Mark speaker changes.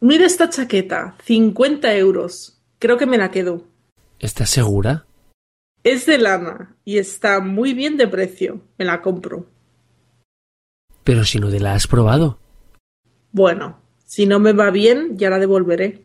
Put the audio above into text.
Speaker 1: Mira esta chaqueta, 50 euros. Creo que me la quedo.
Speaker 2: ¿Estás segura?
Speaker 1: Es de lana y está muy bien de precio. Me la compro.
Speaker 2: Pero si no te la has probado.
Speaker 1: Bueno, si no me va bien, ya la devolveré.